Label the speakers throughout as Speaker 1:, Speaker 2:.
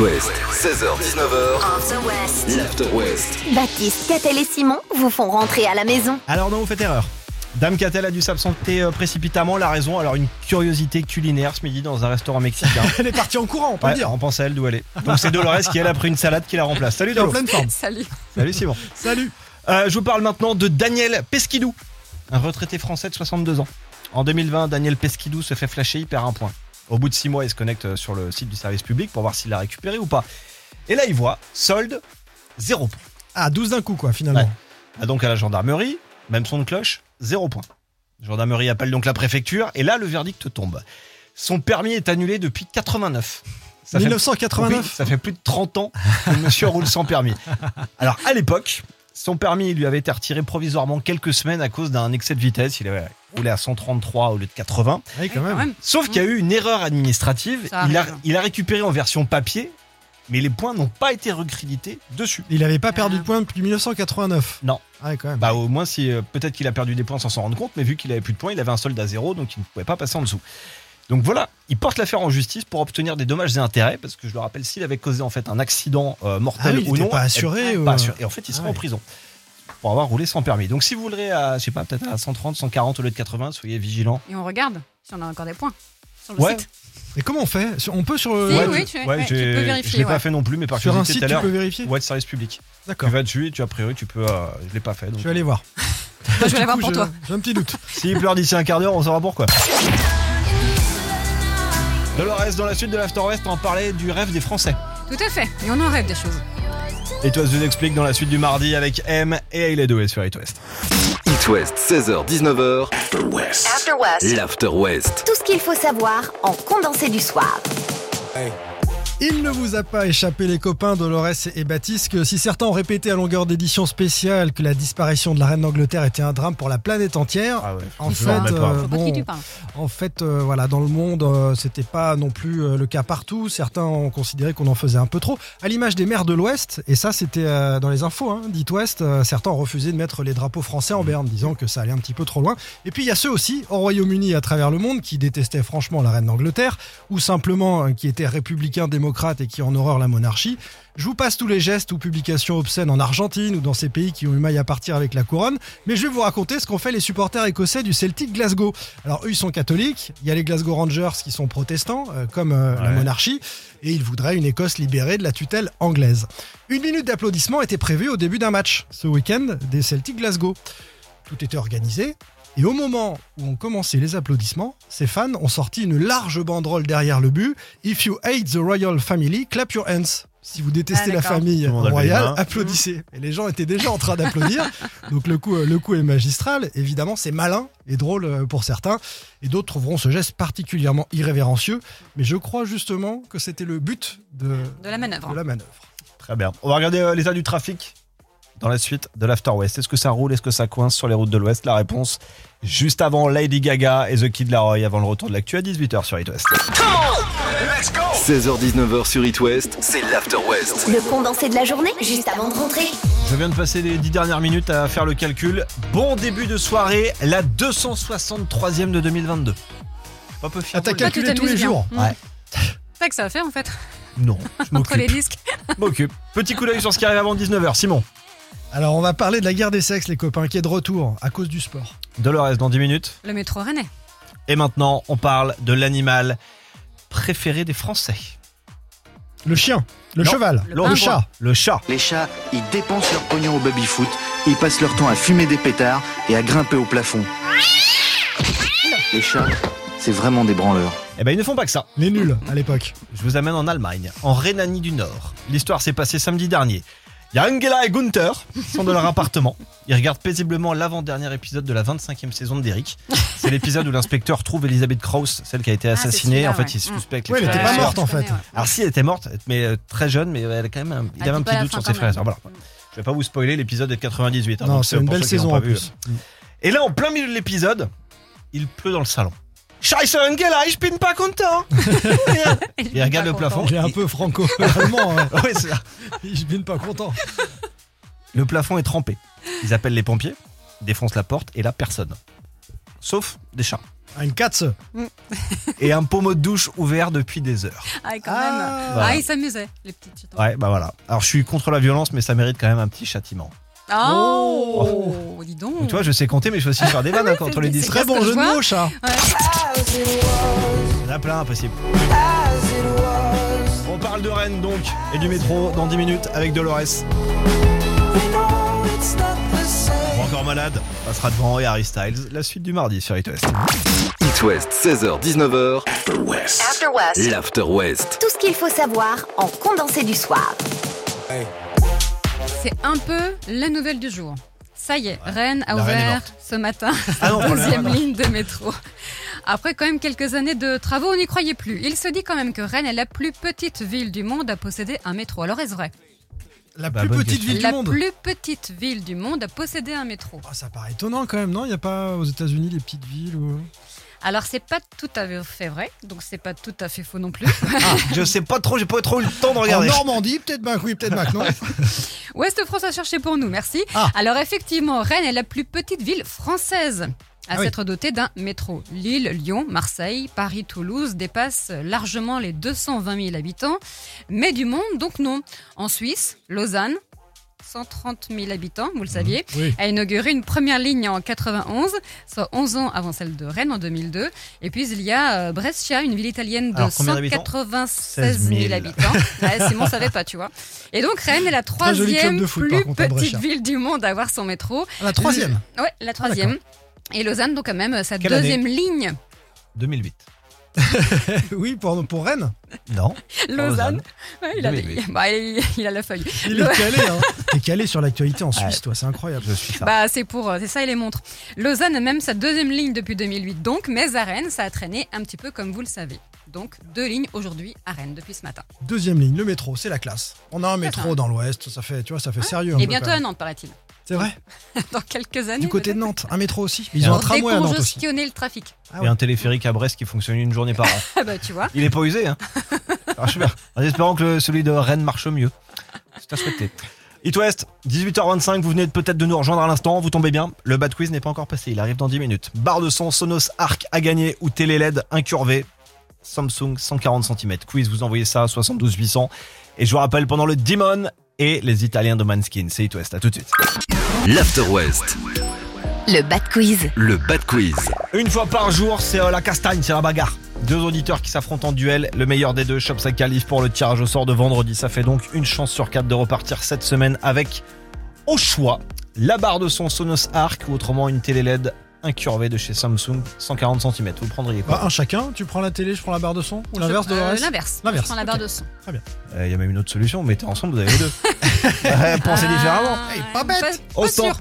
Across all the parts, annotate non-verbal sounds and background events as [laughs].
Speaker 1: West, 16h-19h,
Speaker 2: After West.
Speaker 1: l'After West.
Speaker 2: Baptiste, Catel et Simon vous font rentrer à la maison.
Speaker 3: Alors non, vous faites erreur. Dame Catel a dû s'absenter euh, précipitamment. La raison, alors une curiosité culinaire ce midi dans un restaurant mexicain.
Speaker 4: [laughs] Elle est partie en courant, on peut
Speaker 3: Ouais,
Speaker 4: le dire.
Speaker 3: on pense à elle d'où elle est. Donc c'est Dolores qui elle a pris une salade qui la remplace. Salut
Speaker 4: Elle est en
Speaker 3: Dolores.
Speaker 4: pleine forme.
Speaker 5: Salut.
Speaker 3: Salut Simon.
Speaker 4: Salut.
Speaker 3: Euh, je vous parle maintenant de Daniel Pesquidou, un retraité français de 62 ans. En 2020, Daniel Pesquidou se fait flasher, il perd un point. Au bout de 6 mois, il se connecte sur le site du service public pour voir s'il l'a récupéré ou pas. Et là, il voit solde 0 point.
Speaker 4: Ah, 12 d'un coup, quoi, finalement.
Speaker 3: Ouais. Ah, donc à la gendarmerie, même son de cloche, 0 point. La Gendarmerie appelle donc la préfecture et là, le verdict tombe. Son permis est annulé depuis 89. Ça fait-
Speaker 4: 1989.
Speaker 3: oui, ça fait plus de 30 ans que le monsieur roule sans permis. Alors, à l'époque, son permis lui avait été retiré provisoirement quelques semaines à cause d'un excès de vitesse. Il avait roulé à 133 au lieu de 80.
Speaker 4: Oui, quand même.
Speaker 3: Sauf qu'il y a eu une erreur administrative.
Speaker 5: Ça
Speaker 3: Il a,
Speaker 5: arrive.
Speaker 3: il a récupéré en version papier, mais les points n'ont pas été recrédités dessus.
Speaker 4: Il avait pas perdu de points depuis 1989.
Speaker 3: Euh. Non.
Speaker 4: Ah, ouais, quand même.
Speaker 3: Bah, au moins, si, euh, peut-être qu'il a perdu des points sans s'en rendre compte, mais vu qu'il avait plus de points, il avait un solde à zéro, donc il ne pouvait pas passer en dessous. Donc voilà, il porte l'affaire en justice pour obtenir des dommages et intérêts, parce que je le rappelle, s'il avait causé en fait un accident euh,
Speaker 4: Ah
Speaker 3: mortel
Speaker 4: oui, il
Speaker 3: ou
Speaker 4: était
Speaker 3: non,
Speaker 4: pas
Speaker 3: eh
Speaker 4: assuré. ou-
Speaker 3: Pas sûr. Et en fait, il
Speaker 4: Ah
Speaker 3: sera
Speaker 4: ouais.
Speaker 3: en prison pour avoir roulé sans permis. Donc, si vous voulez, à, je sais pas, peut-être à 130, 140 au lieu de 80, soyez vigilant.
Speaker 5: Et on regarde si on a encore des points sur le
Speaker 3: Ouais.
Speaker 5: site.
Speaker 4: Mais comment on fait Sur- On peut sur, euh,
Speaker 5: Si, Ouais, oui, tu- ouais, tu peux vérifier,
Speaker 3: Je l'ai pas
Speaker 5: ouais.
Speaker 3: fait non plus, mais par
Speaker 4: sur un
Speaker 3: curiosité
Speaker 4: site,
Speaker 3: tout à
Speaker 4: tu
Speaker 3: l'heure.
Speaker 4: peux vérifier
Speaker 3: Ouais, de service public. Tu
Speaker 4: D'accord.
Speaker 3: vas dessus et tu, a priori, tu peux. euh, je l'ai pas fait. donc.
Speaker 4: Je vais
Speaker 3: [laughs]
Speaker 4: aller voir.
Speaker 5: Moi, je
Speaker 4: Du
Speaker 5: vais l'avoir
Speaker 4: coup,
Speaker 5: pour
Speaker 4: j'ai-
Speaker 5: toi.
Speaker 4: J'ai un petit doute.
Speaker 3: S'il pleure d'ici un quart d'heure, on saura pourquoi. Dolores, dans la suite de l'After West, on parlait du rêve des Français.
Speaker 5: Tout à fait. Et on en rêve des choses.
Speaker 3: Et toi, je vous explique dans la suite du mardi avec M et Aïla Doué sur It West.
Speaker 1: It West, 16h-19h, After West.
Speaker 2: After West.
Speaker 1: L'After West.
Speaker 2: Tout ce qu'il faut savoir en condensé du soir.
Speaker 4: Il ne vous a pas échappé, les copains Dolores et Baptiste, que si certains ont répété à longueur d'édition spéciale que la disparition de la reine d'Angleterre était un drame pour la planète entière,
Speaker 3: Ah ouais,
Speaker 4: en
Speaker 3: je m'en
Speaker 4: fait,
Speaker 3: remets pas.
Speaker 4: euh,
Speaker 5: Faut pas hein. de qui
Speaker 4: bon,
Speaker 5: tu parles.
Speaker 4: En fait, euh, voilà, dans le monde, euh, c'était pas non plus euh, le cas partout. Certains ont considéré qu'on en faisait un peu trop. À l'image des maires de l'Ouest, et ça, c'était euh, dans les infos, hein, dites Ouest, euh, certains ont refusé de mettre les drapeaux français en berne, disant que ça allait un petit peu trop loin. Et puis, il y a ceux aussi, au Royaume-Uni et à travers le monde, qui détestaient franchement la reine d'Angleterre, ou simplement euh, qui étaient républicains, démocrates et qui en horreur la monarchie. Je vous passe tous les gestes ou publications obscènes en Argentine ou dans ces pays qui ont eu maille à partir avec la couronne, mais je vais vous raconter ce qu'ont fait les supporters écossais du Celtic Glasgow. Alors eux, ils sont catholiques, il y a les Glasgow Rangers qui sont protestants, euh, comme euh, la
Speaker 3: Ouais.
Speaker 4: monarchie, et ils voudraient une Écosse libérée de la tutelle anglaise. Une minute d'applaudissements était prévue au début d'un match, ce week-end, des Celtic Glasgow. Tout était organisé, et au moment où ont commencé les applaudissements, ces fans ont sorti une large banderole derrière le but, If you hate the royal family, clap your hands. Si vous détestez
Speaker 5: Ah,
Speaker 4: la
Speaker 5: d'accord.
Speaker 4: famille
Speaker 3: Tout le monde a levé les mains.
Speaker 4: royale, applaudissez. Et les gens étaient déjà en train
Speaker 5: [laughs]
Speaker 4: d'applaudir. Donc le coup, euh, le coup est magistral. Évidemment, c'est malin et drôle euh, pour certains. Et d'autres trouveront ce geste particulièrement irrévérencieux. Mais je crois justement que c'était le but de,
Speaker 5: De la manœuvre. hein.
Speaker 4: de la manœuvre.
Speaker 3: Très bien. On va regarder euh, l'état du trafic dans la suite de l'After West. Est-ce que ça roule Est-ce que ça coince sur les routes de l'Ouest La réponse juste avant Lady Gaga et The Kid Laroi avant le retour de l'actu à 18h sur It West.
Speaker 1: 16h-19h sur It West, c'est l'After West.
Speaker 2: Le condensé de la journée, juste avant de rentrer.
Speaker 3: Je viens de passer les 10 dernières minutes à faire le calcul. Bon début de soirée, la 263e de 2022. Pas peu
Speaker 4: Ah,
Speaker 3: fier.
Speaker 4: t'as
Speaker 3: de moi.
Speaker 4: calculé tous
Speaker 5: t'amuses
Speaker 4: les
Speaker 5: bien.
Speaker 4: jours.
Speaker 5: Mmh.
Speaker 3: Ouais.
Speaker 5: C'est ça que ça a fait en fait.
Speaker 3: Non, je
Speaker 5: Entre les
Speaker 3: m'occupe.
Speaker 5: disques.
Speaker 3: je m'occupe. Petit coup d'œil sur ce qui arrive avant 19h. Simon,
Speaker 4: Alors on va parler de la guerre des sexes, les copains, qui est de retour à cause du sport.
Speaker 3: Dolores dans 10 minutes.
Speaker 5: Le métro rennais.
Speaker 3: Et maintenant, on parle de l'animal préféré des Français.
Speaker 4: Le chien, le
Speaker 3: Non.
Speaker 4: cheval,
Speaker 5: Le
Speaker 4: le,
Speaker 5: pingouin.
Speaker 4: chat.
Speaker 3: Le chat.
Speaker 6: Les chats, ils dépensent leur pognon au baby-foot, ils passent leur temps à fumer des pétards et à grimper au plafond. Les chats, c'est vraiment des branleurs.
Speaker 3: Eh ben, ils ne font pas que ça.
Speaker 4: Les nuls à l'époque.
Speaker 3: Je vous amène en Allemagne, en Rhénanie du Nord. L'histoire s'est passée samedi dernier. Il y a Angela et Gunther, ils sont dans leur appartement. Ils regardent paisiblement l'avant-dernier épisode de la 25e saison de Derrick. C'est l'épisode où l'inspecteur trouve Elisabeth Krauss, celle qui a été
Speaker 5: Ah, c'est
Speaker 3: assassinée.
Speaker 5: celui-là,
Speaker 3: en fait,
Speaker 5: ouais. Mm.
Speaker 3: il suspecte
Speaker 4: Ouais,
Speaker 3: les
Speaker 4: elle
Speaker 3: frères
Speaker 4: était
Speaker 3: et
Speaker 4: pas
Speaker 3: sœurs.
Speaker 4: morte en fait.
Speaker 3: Alors si elle était morte, mais euh, très jeune, mais elle a quand même, un- il
Speaker 5: Ah,
Speaker 3: avait un
Speaker 5: dis pas
Speaker 3: petit
Speaker 5: la
Speaker 3: doute
Speaker 5: fin
Speaker 3: sur
Speaker 5: quand
Speaker 3: ses frères et
Speaker 5: même. Mm.
Speaker 3: sœurs. Voilà. Je vais pas vous spoiler, l'épisode est de 98. hein,
Speaker 4: Non,
Speaker 3: donc
Speaker 4: c'est une
Speaker 3: pour
Speaker 4: belle
Speaker 3: ceux qui l'ont
Speaker 4: saison
Speaker 3: pas
Speaker 4: en
Speaker 3: vu.
Speaker 4: plus.
Speaker 3: Et là, en plein milieu de l'épisode, il pleut dans le salon. Scheiße Angela, ich bin pas
Speaker 4: [laughs]
Speaker 3: content. Et regarde le plafond.
Speaker 4: Oh, Il est un peu [laughs] franco-allemand. hein.
Speaker 3: Ouais, c'est ça.
Speaker 4: Je viens de pas content.
Speaker 3: Le plafond est trempé. Ils appellent les pompiers, défoncent la porte et là, personne. Sauf des chats.
Speaker 4: Une Katze.
Speaker 3: et un pommeau de douche ouvert depuis des heures.
Speaker 5: Ah, quand même.
Speaker 4: Ah.
Speaker 5: Ah, ils s'amusaient, les petits chatons.
Speaker 3: Ouais, bah voilà. Alors je suis contre la violence, mais ça mérite quand même un petit châtiment.
Speaker 5: Ah, Oh, dis donc.
Speaker 3: Donc, tu vois, je sais compter, mais je peux aussi faire des vannes hein, contre les
Speaker 5: Ah c'est-
Speaker 3: 10.
Speaker 5: c'est
Speaker 4: Très
Speaker 5: ce
Speaker 4: bon
Speaker 5: que
Speaker 4: jeu
Speaker 5: je
Speaker 4: de
Speaker 5: vois.
Speaker 4: mots, chat.
Speaker 3: Il y en a plein, impossible. On parle de Rennes donc et du métro dans 10 minutes avec Dolores. Encore malade, passera devant et Harry Styles, la suite du mardi sur It West.
Speaker 1: It West, 16h-19h,
Speaker 2: After West.
Speaker 1: l'After West.
Speaker 2: Tout ce qu'il faut savoir en condensé du soir.
Speaker 5: C'est un peu la nouvelle du jour. Ça y est, Rennes a
Speaker 3: la reine est
Speaker 5: ouvert
Speaker 3: morte.
Speaker 5: ce matin
Speaker 3: Ah
Speaker 5: [laughs]
Speaker 3: non,
Speaker 5: la
Speaker 3: pour la
Speaker 5: deuxième
Speaker 3: reine.
Speaker 5: ligne de métro. Après quand même quelques années de travaux, on n'y croyait plus. Il se dit quand même que Rennes est la plus petite ville du monde à posséder un métro. Alors est-ce vrai
Speaker 4: La
Speaker 3: Bah,
Speaker 4: plus
Speaker 3: bonne
Speaker 4: petite
Speaker 3: question.
Speaker 4: ville du
Speaker 5: La
Speaker 4: monde.
Speaker 5: plus petite ville du monde à posséder un métro.
Speaker 4: Ah, ça paraît étonnant quand même, non Il n'y a pas aux États-Unis les petites villes ou...
Speaker 5: Alors c'est pas tout à fait vrai, donc c'est pas tout à fait faux
Speaker 4: [laughs]
Speaker 5: non plus.
Speaker 3: Ah, Je sais pas trop, j'ai pas trop eu le temps de regarder.
Speaker 4: En Normandie, peut-être Mac, oui, peut-être Mac, non
Speaker 5: Ouest France a cherché pour nous, merci.
Speaker 4: Ah.
Speaker 5: Alors effectivement, Rennes est la plus petite ville française à
Speaker 4: Ah oui.
Speaker 5: s'être dotée d'un métro. Lille, Lyon, Marseille, Paris, Toulouse dépassent largement les 220 000 habitants, mais du monde, donc non. En Suisse, Lausanne, 130 000 habitants, vous le saviez,
Speaker 4: [laughs] Oui.
Speaker 5: a inauguré une première ligne en 91, soit 11 ans avant celle de Rennes en 2002. Et puis il y a euh, Brescia, une ville italienne de
Speaker 3: Alors, combien d'habitants
Speaker 5: 196 000
Speaker 3: 16 000.
Speaker 5: habitants. Ouais, Simon savait pas, tu vois. Et donc Rennes est la
Speaker 4: Très joli club
Speaker 5: troisième
Speaker 4: de foot, par
Speaker 5: plus
Speaker 4: contre, à
Speaker 5: petite
Speaker 4: Brescia.
Speaker 5: ville du monde à avoir son métro.
Speaker 4: Ah, La troisième. Ah,
Speaker 5: Ouais, la troisième. et Lausanne, donc quand même sa
Speaker 3: Quelle année
Speaker 5: deuxième ligne.
Speaker 3: 2008.
Speaker 4: oui, pour, pour Rennes.
Speaker 3: Non.
Speaker 5: Lausanne.
Speaker 3: Lausanne.
Speaker 5: Ouais, il, a,
Speaker 3: 2008.
Speaker 5: bah, il- il a la feuille.
Speaker 4: [laughs] Il
Speaker 5: Le-
Speaker 4: est calé, hein. T'es calé sur l'actualité en Suisse,
Speaker 3: Ouais.
Speaker 4: toi, c'est incroyable.
Speaker 3: Je suis ça.
Speaker 5: Bah, c'est pour, euh, c'est ça et les montres. Lausanne a même sa deuxième ligne depuis 2008, donc, mais à Rennes, ça a traîné un petit peu comme vous le savez. Donc, deux lignes aujourd'hui à Rennes depuis ce matin.
Speaker 4: Deuxième ligne, le métro, c'est la classe. On a un métro
Speaker 5: ça.
Speaker 4: dans l'Ouest, ça fait, tu vois, ça fait sérieux. un
Speaker 5: et
Speaker 4: peu,
Speaker 5: bientôt
Speaker 4: quand
Speaker 5: à
Speaker 4: même.
Speaker 5: Nantes, paraît-il. [laughs]
Speaker 4: C'est vrai.
Speaker 5: Dans quelques années.
Speaker 4: Du côté de
Speaker 5: peut-être.
Speaker 4: Nantes, un métro aussi. Ils ont
Speaker 5: Pour
Speaker 4: un tramway à Nantes aussi.
Speaker 5: décongestionner le trafic. [laughs]
Speaker 3: Et un téléphérique à Brest qui fonctionne une journée par an.
Speaker 5: Ah bah, tu vois.
Speaker 3: Il est pas usé, hein. Alors, je sais pas. En espérant que le- celui de Rennes marche mieux. C'est à souhaiter. It West, 18h25, vous venez de- peut-être de nous rejoindre à l'instant, vous tombez bien. Le bad quiz n'est pas encore passé, il arrive dans 10 minutes. Barre de son Sonos Arc à gagner ou télé LED incurvée. Samsung 140 cm. Quiz, vous envoyez ça à 72 800. Et je vous rappelle pendant le Demon et les Italiens de Manskin. C'est It West, à tout de suite.
Speaker 1: L'After West,
Speaker 2: Le Bad Quiz.
Speaker 1: le Bad Quiz.
Speaker 3: Une fois par jour, c'est euh, la castagne, c'est la bagarre. Deux auditeurs qui s'affrontent en duel. Le meilleur des deux chope sa qualif pour le tirage au sort de vendredi. Ça fait donc une chance sur quatre de repartir cette semaine avec, au choix, la barre de son Sonos Arc ou autrement une télé LED incurvée de chez Samsung, 140 cm. Vous prendriez quoi
Speaker 4: Bah, un chacun, tu prends la télé, je prends la barre de son. Ou
Speaker 5: Je-
Speaker 4: l'inverse de
Speaker 5: euh,
Speaker 4: la reste
Speaker 5: L'inverse.
Speaker 4: L'inverse,
Speaker 5: Je prends la
Speaker 4: ok.
Speaker 5: barre de son.
Speaker 3: Il Euh, y a même une autre solution, mettez ensemble, vous avez les
Speaker 4: [laughs]
Speaker 3: deux. Euh, Pensez différemment.
Speaker 5: Ah,
Speaker 4: Eh, pas bête.
Speaker 3: Au
Speaker 5: pas
Speaker 3: stand-
Speaker 5: sûr.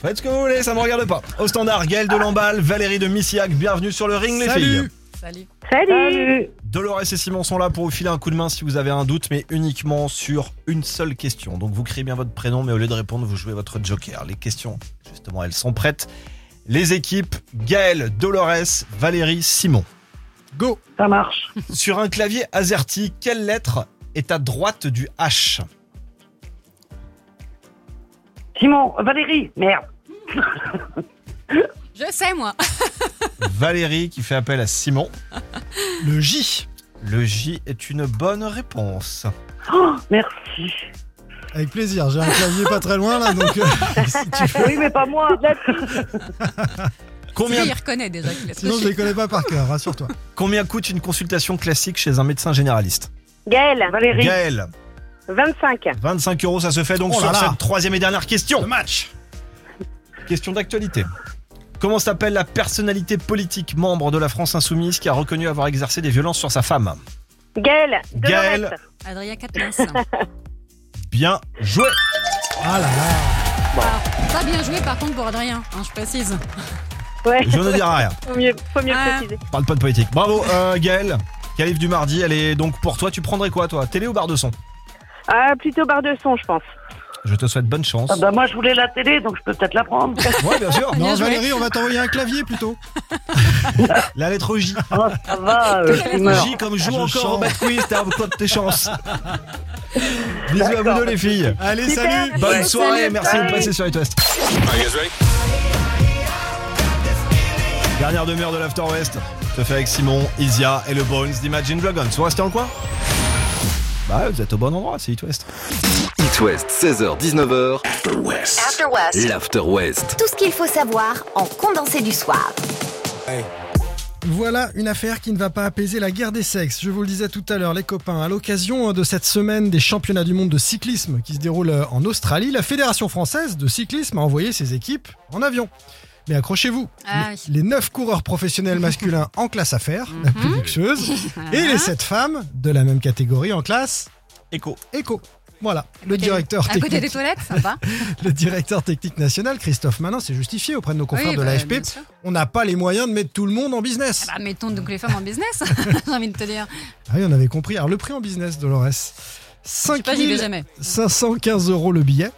Speaker 3: Faites ce que vous voulez, ça me regarde pas. Au standard, Gaël de Lamballe, Valérie de Missiac, bienvenue sur le ring, les filles.
Speaker 4: Salut
Speaker 5: Salut.
Speaker 3: Dolores et Simon sont là pour vous filer un coup de main si vous avez un doute, mais uniquement sur une seule question. Donc vous criez bien votre prénom, mais au lieu de répondre, vous jouez votre joker. Les questions, justement, elles sont prêtes. Les équipes, Gaël, Dolores, Valérie,
Speaker 4: [laughs]
Speaker 3: Simon.
Speaker 4: Go
Speaker 7: Ça marche.
Speaker 3: Sur un clavier AZERTY, quelle lettre est à droite du H
Speaker 7: Simon, euh, Valérie, merde.
Speaker 5: Je sais, moi. [laughs]
Speaker 3: Valérie qui fait appel à Simon.
Speaker 4: Le J
Speaker 3: Le J est une bonne réponse.
Speaker 7: Oh, merci.
Speaker 4: Avec plaisir, j'ai un clavier pas très loin là, donc euh, si tu veux.
Speaker 7: Oui, mais
Speaker 5: [laughs]
Speaker 7: pas moi.
Speaker 3: Combien,
Speaker 5: Lui, il reconnaît déjà qu'il est
Speaker 4: Sinon,
Speaker 5: triché.
Speaker 4: je les connais pas par cœur, rassure-toi.
Speaker 3: combien coûte une consultation classique chez un médecin généraliste
Speaker 7: Gaëlle. Valérie,
Speaker 3: Gaël,
Speaker 7: 25.
Speaker 3: 25 euros, ça se fait donc
Speaker 4: Oh
Speaker 3: sur
Speaker 4: là là.
Speaker 3: cette troisième et dernière question. match. Question d'actualité. Comment s'appelle la personnalité politique membre de la France Insoumise qui a reconnu avoir exercé des violences sur sa femme
Speaker 7: Gaëlle. Dolores.
Speaker 3: Gaëlle.
Speaker 5: Adrien Quatennens.
Speaker 3: Bien joué
Speaker 4: Ah là là
Speaker 5: Pas bien joué, par contre, pour Adrien, hein, je précise.
Speaker 7: Ouais,
Speaker 3: Je ne dirai rien,
Speaker 7: faut mieux, faut mieux
Speaker 5: Ah.
Speaker 7: préciser.
Speaker 3: parle pas de politique. Bravo euh, Gaël, Calif du mardi, elle est donc pour toi. Tu prendrais quoi toi Télé ou barre de son
Speaker 7: Ah, plutôt barre de son, je pense.
Speaker 3: Je te souhaite bonne chance.
Speaker 7: Ah bah moi, je voulais la télé, donc je peux peut-être la prendre.
Speaker 5: [laughs]
Speaker 3: Ouais, bien sûr.
Speaker 4: Non,
Speaker 5: joué.
Speaker 4: Valérie, on va t'envoyer un clavier plutôt.
Speaker 3: [laughs] La lettre J.
Speaker 7: Ah, ça va, euh, je suis mort.
Speaker 3: J comme joue
Speaker 4: Je
Speaker 3: encore au
Speaker 4: chante.
Speaker 3: bad quiz, t'as un peu de tes
Speaker 7: [laughs]
Speaker 3: chances. Bisous à vous deux les filles.
Speaker 4: Allez,
Speaker 7: Super.
Speaker 4: salut
Speaker 3: Bonne
Speaker 7: Ouais.
Speaker 3: soirée,
Speaker 7: Salut.
Speaker 3: merci de
Speaker 7: Bye.
Speaker 3: passer sur It West. Dernière demi-heure de l'After West. Je fais avec Simon, Isia et le Bones d'Imagine Dragons. Vous restez dans le coin Bah, ouais, vous êtes au bon endroit, c'est It West.
Speaker 1: It West, 16h-19h. After West.
Speaker 2: After West.
Speaker 1: L'After West.
Speaker 2: Tout ce qu'il faut savoir en condensé du soir.
Speaker 4: Voilà une affaire qui ne va pas apaiser la guerre des sexes. Je vous le disais tout à l'heure, les copains, à l'occasion de cette semaine des championnats du monde de cyclisme qui se déroulent euh, en Australie, la Fédération française de cyclisme a envoyé ses équipes en avion. Mais accrochez-vous,
Speaker 5: Ah oui.
Speaker 4: les 9 coureurs professionnels masculins en classe affaires, la plus luxueuse, et les 7 femmes de la même catégorie en classe
Speaker 3: Écho.
Speaker 4: éco. Voilà,
Speaker 5: À
Speaker 4: le
Speaker 5: côté-
Speaker 4: directeur
Speaker 5: À côté des
Speaker 4: technique,
Speaker 5: toilettes, sympa.
Speaker 4: le directeur technique national, Christophe Manin, s'est justifié auprès de nos confrères
Speaker 5: Oui,
Speaker 4: de
Speaker 5: bah,
Speaker 4: l'AFP.
Speaker 5: bien sûr.
Speaker 4: On n'a pas les moyens de mettre tout le monde en business.
Speaker 5: Bah, mettons donc les femmes en business, [laughs] j'ai envie de te dire.
Speaker 4: Ah oui, on avait compris. Alors, le prix en business, Dolores,
Speaker 5: Je sais pas, j'y vais
Speaker 4: 5
Speaker 5: jamais.
Speaker 4: 515 euros le billet.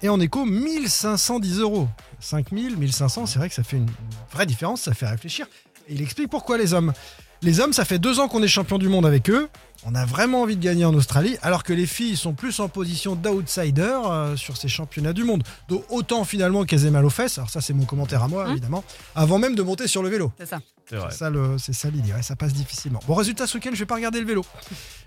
Speaker 4: Et en écho, 1510 euros. 5000, 1500, c'est vrai que ça fait une vraie différence, ça fait réfléchir. Et il explique pourquoi les hommes. Les hommes, ça fait deux ans qu'on est champion du monde avec eux. On a vraiment envie de gagner en Australie, alors que les filles sont plus en position d'outsider euh, sur ces championnats du monde. Donc autant finalement qu'elles aient mal aux fesses, alors ça c'est mon commentaire à moi
Speaker 5: Hein
Speaker 4: évidemment, avant même de monter sur le vélo.
Speaker 5: C'est ça.
Speaker 3: C'est vrai.
Speaker 4: C'est ça, le- c'est ça l'idée, ouais, ça passe difficilement. Bon, résultat, ce week-end, je vais pas regarder le vélo.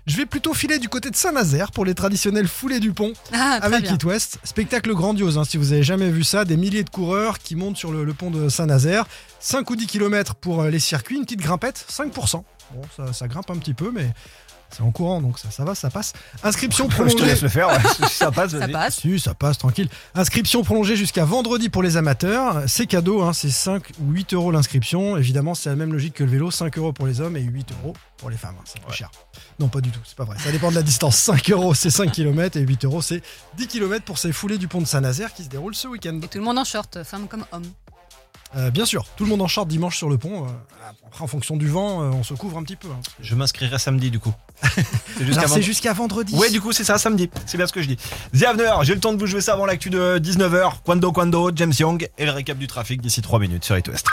Speaker 4: Je vais plutôt filer du côté de Saint-Nazaire pour les traditionnels foulées du pont
Speaker 5: Ah, très
Speaker 4: avec
Speaker 5: bien.
Speaker 4: It West. Spectacle grandiose, hein, si vous avez jamais vu ça, des milliers de coureurs qui montent sur le, le pont de Saint-Nazaire. 5 ou 10 km pour euh, les circuits, une petite grimpette, 5%. Bon, ça, ça grimpe un petit peu, mais c'est en courant, donc ça, ça va, ça passe. Inscription
Speaker 3: [laughs] Je te
Speaker 4: prolongée.
Speaker 3: laisse le faire, [laughs] ouais. ça passe.
Speaker 5: Ça
Speaker 3: vas-y.
Speaker 5: passe.
Speaker 4: Si, ça passe tranquille. Inscription prolongée jusqu'à vendredi pour les amateurs. C'est cadeau, hein, c'est 5 ou 8 euros l'inscription. Évidemment, c'est la même logique que le vélo 5 euros pour les hommes et 8 euros pour les femmes. hein, C'est plus cher. Non, pas du tout, c'est pas vrai. Ça dépend de la distance. 5 euros, c'est 5 km et 8 euros, c'est 10 km pour ces foulées du pont de Saint-Nazaire qui se déroule ce week-end.
Speaker 5: Et tout le monde en short, femme comme homme.
Speaker 4: Euh, bien sûr, tout le monde en short dimanche sur le pont. euh, après, en fonction du vent, euh, on se couvre un petit peu. hein.
Speaker 3: Je m'inscrirai samedi, du coup. [laughs] C'est jusqu'à
Speaker 4: Alors,
Speaker 3: vendredi.
Speaker 4: c'est jusqu'à vendredi.
Speaker 3: Ouais, du coup, c'est ça, samedi. C'est bien ce que je dis. The Avener, j'ai le temps de vous jouer ça avant l'actu de 19h. Quando, quando, James Young et le récap du trafic d'ici 3 minutes sur It West.